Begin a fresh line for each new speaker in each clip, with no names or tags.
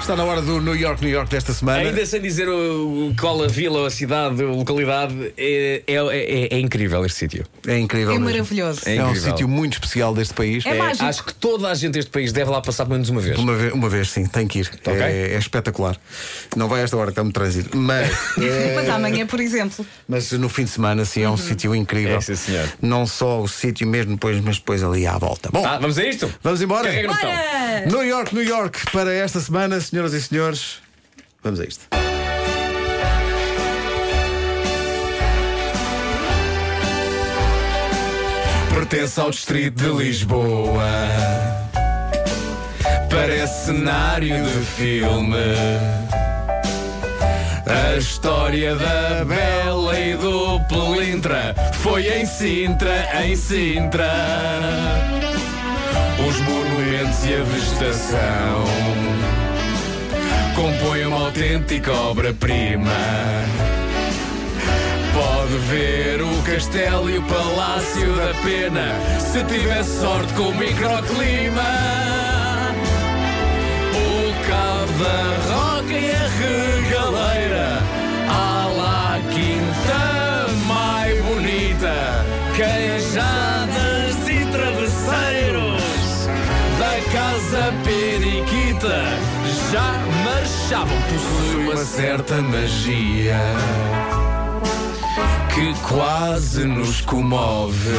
Está na hora do New York, New York desta semana.
Ainda sem dizer o, o- qual a vila, ou a cidade, a localidade, é, é, é- é incrível este sítio.
É incrível.
É
mesmo.
maravilhoso.
É,
É
um
incrível.
sítio muito especial deste país. É
É mágico.
Acho que toda a gente deste país deve lá passar pelo menos uma vez.
Uma vez, uma vez, sim, tem que ir.
Ok.
É, é espetacular. Não vai a esta hora que está muito trânsito. Mas, é-
Mas amanhã, Uhum. por exemplo,
mas no fim de semana, sim, é um sítio incrível.
É, sim, senhor.
Não só o sítio mesmo depois, mas depois ali à volta. Bom,
Ah, vamos a isto?
vamos embora?
Carrega no botão.
Bora!
New York, New York, para esta semana, senhoras e senhores, vamos a isto. Pertence ao distrito de Lisboa. Parece cenário de filme. A história da Bela e do Pelintra foi em Sintra, em Sintra os monumentos e a vegetação compõem uma autêntica obra-prima. Pode ver o castelo e o palácio da pena se tiver sorte com o microclima. O cabo da roca e a regaleira, à la quinta mais bonita, queijadas e travesseiros da Casa Periquita já marchavam. Possui uma certa magia que quase nos comove.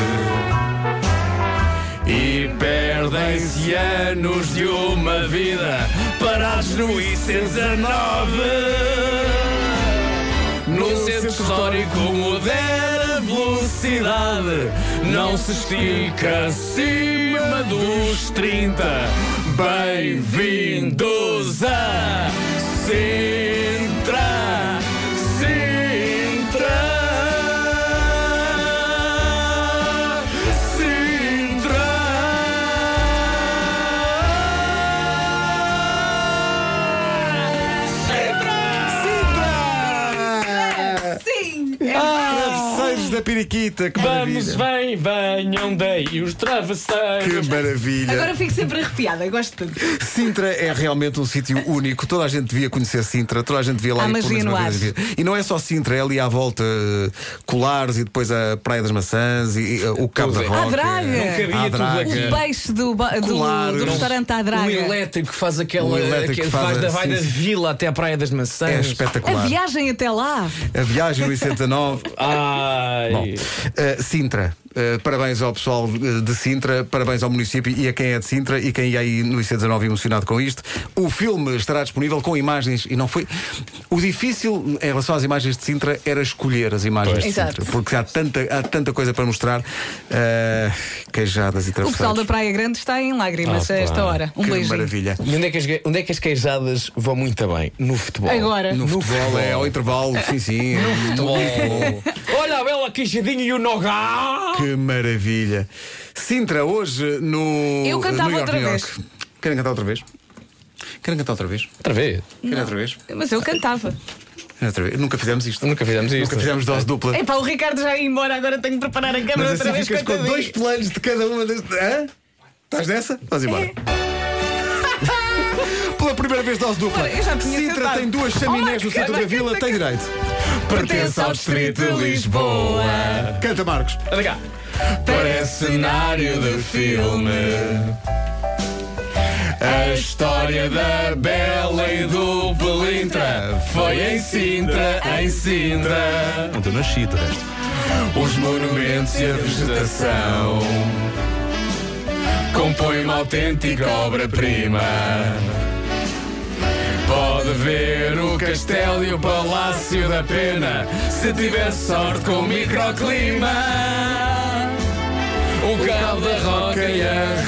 E perdem-se anos de uma vida parados no IC19. No centro histórico modera velocidade, não se estica acima dos 30. Bem-vindos a Sintra, Sintra, Sintra. Sintra!
sim!
Ah. Travesseiros da Piriquita, que
Vamos, vem, venham daí os travesseiros.
Que maravilha!
É, Agora fico sempre arrepiada, gosto tanto.
Sintra é realmente um sítio único. Toda a gente devia conhecer Sintra, toda a gente devia lá
Há
ir
magia
pelo menos
no
uma
ar.
vez. E não é só Sintra, é ali à volta eh, Colares e depois a Praia das Maçãs e eh, o Cabo da
Tudo.
Roca. Ah,
Há draga. Não
cabia
Há
é. tudo
draga.
aqui.
O peixe do, ba- do,
Colares.
do restaurante
Um
à draga.
O Um elétrico que faz aquela.
O elétrico
que
que faz
faz da,
a-
vai
sim,
da
sim.
vila até à Praia das Maçãs.
É
A
espetacular.
viagem até lá.
A viagem do IC19.
Ai.
Bom, eh, Sintra, eh, parabéns ao pessoal eh, de Sintra, parabéns ao município e a quem é de Sintra e quem ia aí no IC19 emocionado com isto. O filme estará disponível com imagens e não foi. O difícil em relação às imagens de Sintra era escolher as imagens de
Exato.
Sintra, porque há tanta, há tanta coisa para mostrar. eh, queijadas e
O pessoal
travesseiros.
da Praia Grande está em lágrimas
Opa,
a esta hora. Um
Ah, que
beijinho.
maravilha.
E onde é, que as, onde é que as queijadas vão muito bem? No futebol.
Agora.
No, futebol, é ao intervalo, sim, sim. No
Futebol. Olha a bela queijadinha e o Nogá!
Que maravilha. Sintra, hoje no.
Eu cantava
New York,
outra
New
vez.
York. Querem cantar outra vez? Querem cantar outra vez?
Outra vez.
Querem outra vez?
Mas eu cantava.
Querem outra vez? Nunca fizemos isto.
Nunca fizemos isto.
Nunca fizemos dose dupla.
Epá, o Ricardo já ia embora, agora tenho de preparar a câmara
Mas
É outra
assim
vez.
ficas com
coitadinho.
dois planos de cada uma das. Hã? Estás nessa? Vamos embora.
É.
Pela primeira vez dose dupla.
Olha, eu já tinha
Sintra
sentado.
tem duas chaminés
Oh,
no centro da
caraca,
vila, tem direito.
Pertence ao distrito de Lisboa.
Canta, Marcos.
Olha cá.
Parece cenário de filme. A história da Bela e do Pelintra foi em Sintra, em Sintra.
Onde eu nasci, de resto.
Os monumentos e a vegetação compõem uma autêntica obra-prima. Pode ver o castelo e o palácio da pena se tiver sorte com o microclima. O cabo da roca e a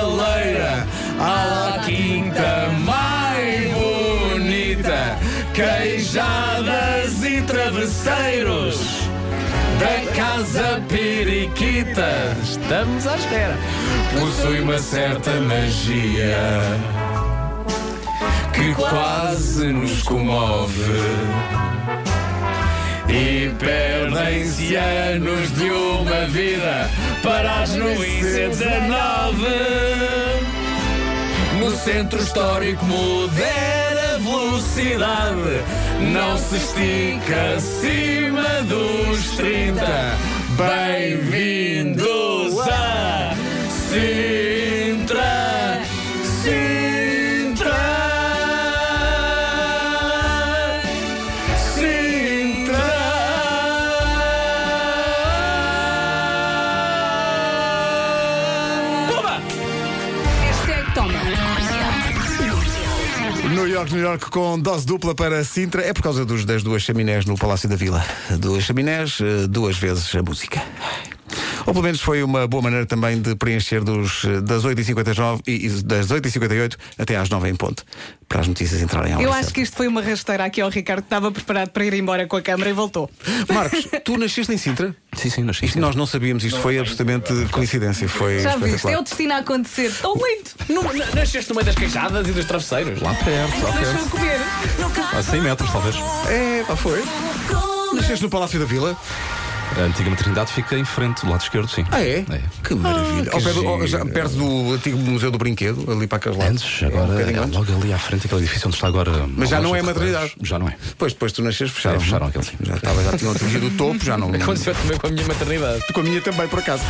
regaleira à la quinta mais bonita Queijadas e travesseiros Da casa periquita
Estamos à espera.
Possui uma certa magia Que quase nos comove E perdem-se anos de uma vida Parados no IC19
No centro histórico modera a velocidade. Não se estica acima dos 30. Bem-vindos a Sintra.
Ah,
Sintra. Sintra. Toma!
Hashtag é, toma.
New York, New York com dose dupla para Sintra é por causa dos, das duas chaminés no Palácio da Vila. Duas chaminés, eh, duas vezes a música. Ou pelo menos foi uma boa maneira também de preencher dos, eh, das 8h59 e, e das 8h58 até às 9 em ponto, para as notícias entrarem à hora
Eu acho
certa.
que isto foi uma rasteira aqui ao Ricardo que estava preparado para ir embora com a câmara e voltou.
Marcos, tu nasceste em Sintra?
Sim, sim, nasci.
Isto nós não sabíamos, isto foi absolutamente coincidência. Foi
Já viste?
espetacular.
É o destino a acontecer. Tão lindo.
Não, não- nasceste no meio das queixadas e dos travesseiros?
Lá perto, lá
Deixa-me
perto.
comer.
A 100 metros, talvez.
É, pá, foi. Nasceste no Palácio da Vila?
A antiga maternidade fica em frente, do lado esquerdo, sim.
Ah, é?
É.
Que maravilha.
que
Ao pé do- ao-
giro.
já perto do antigo Museu do Brinquedo, ali para aqueles lados.
Antes,
É, um
agora,
bocadinho
é
antes.
logo ali à frente, aquele edifício onde está agora.
Mas já
a
não
loja
é
de
maternidade.
retalhos. Já não é.
Pois depois tu nasces, fecharam.
É, fecharam
não?
aquele, sim.
Já, estava, já tinham atingido o topo, já não.
Aconteceu também com a minha maternidade.
Com a minha também, por acaso.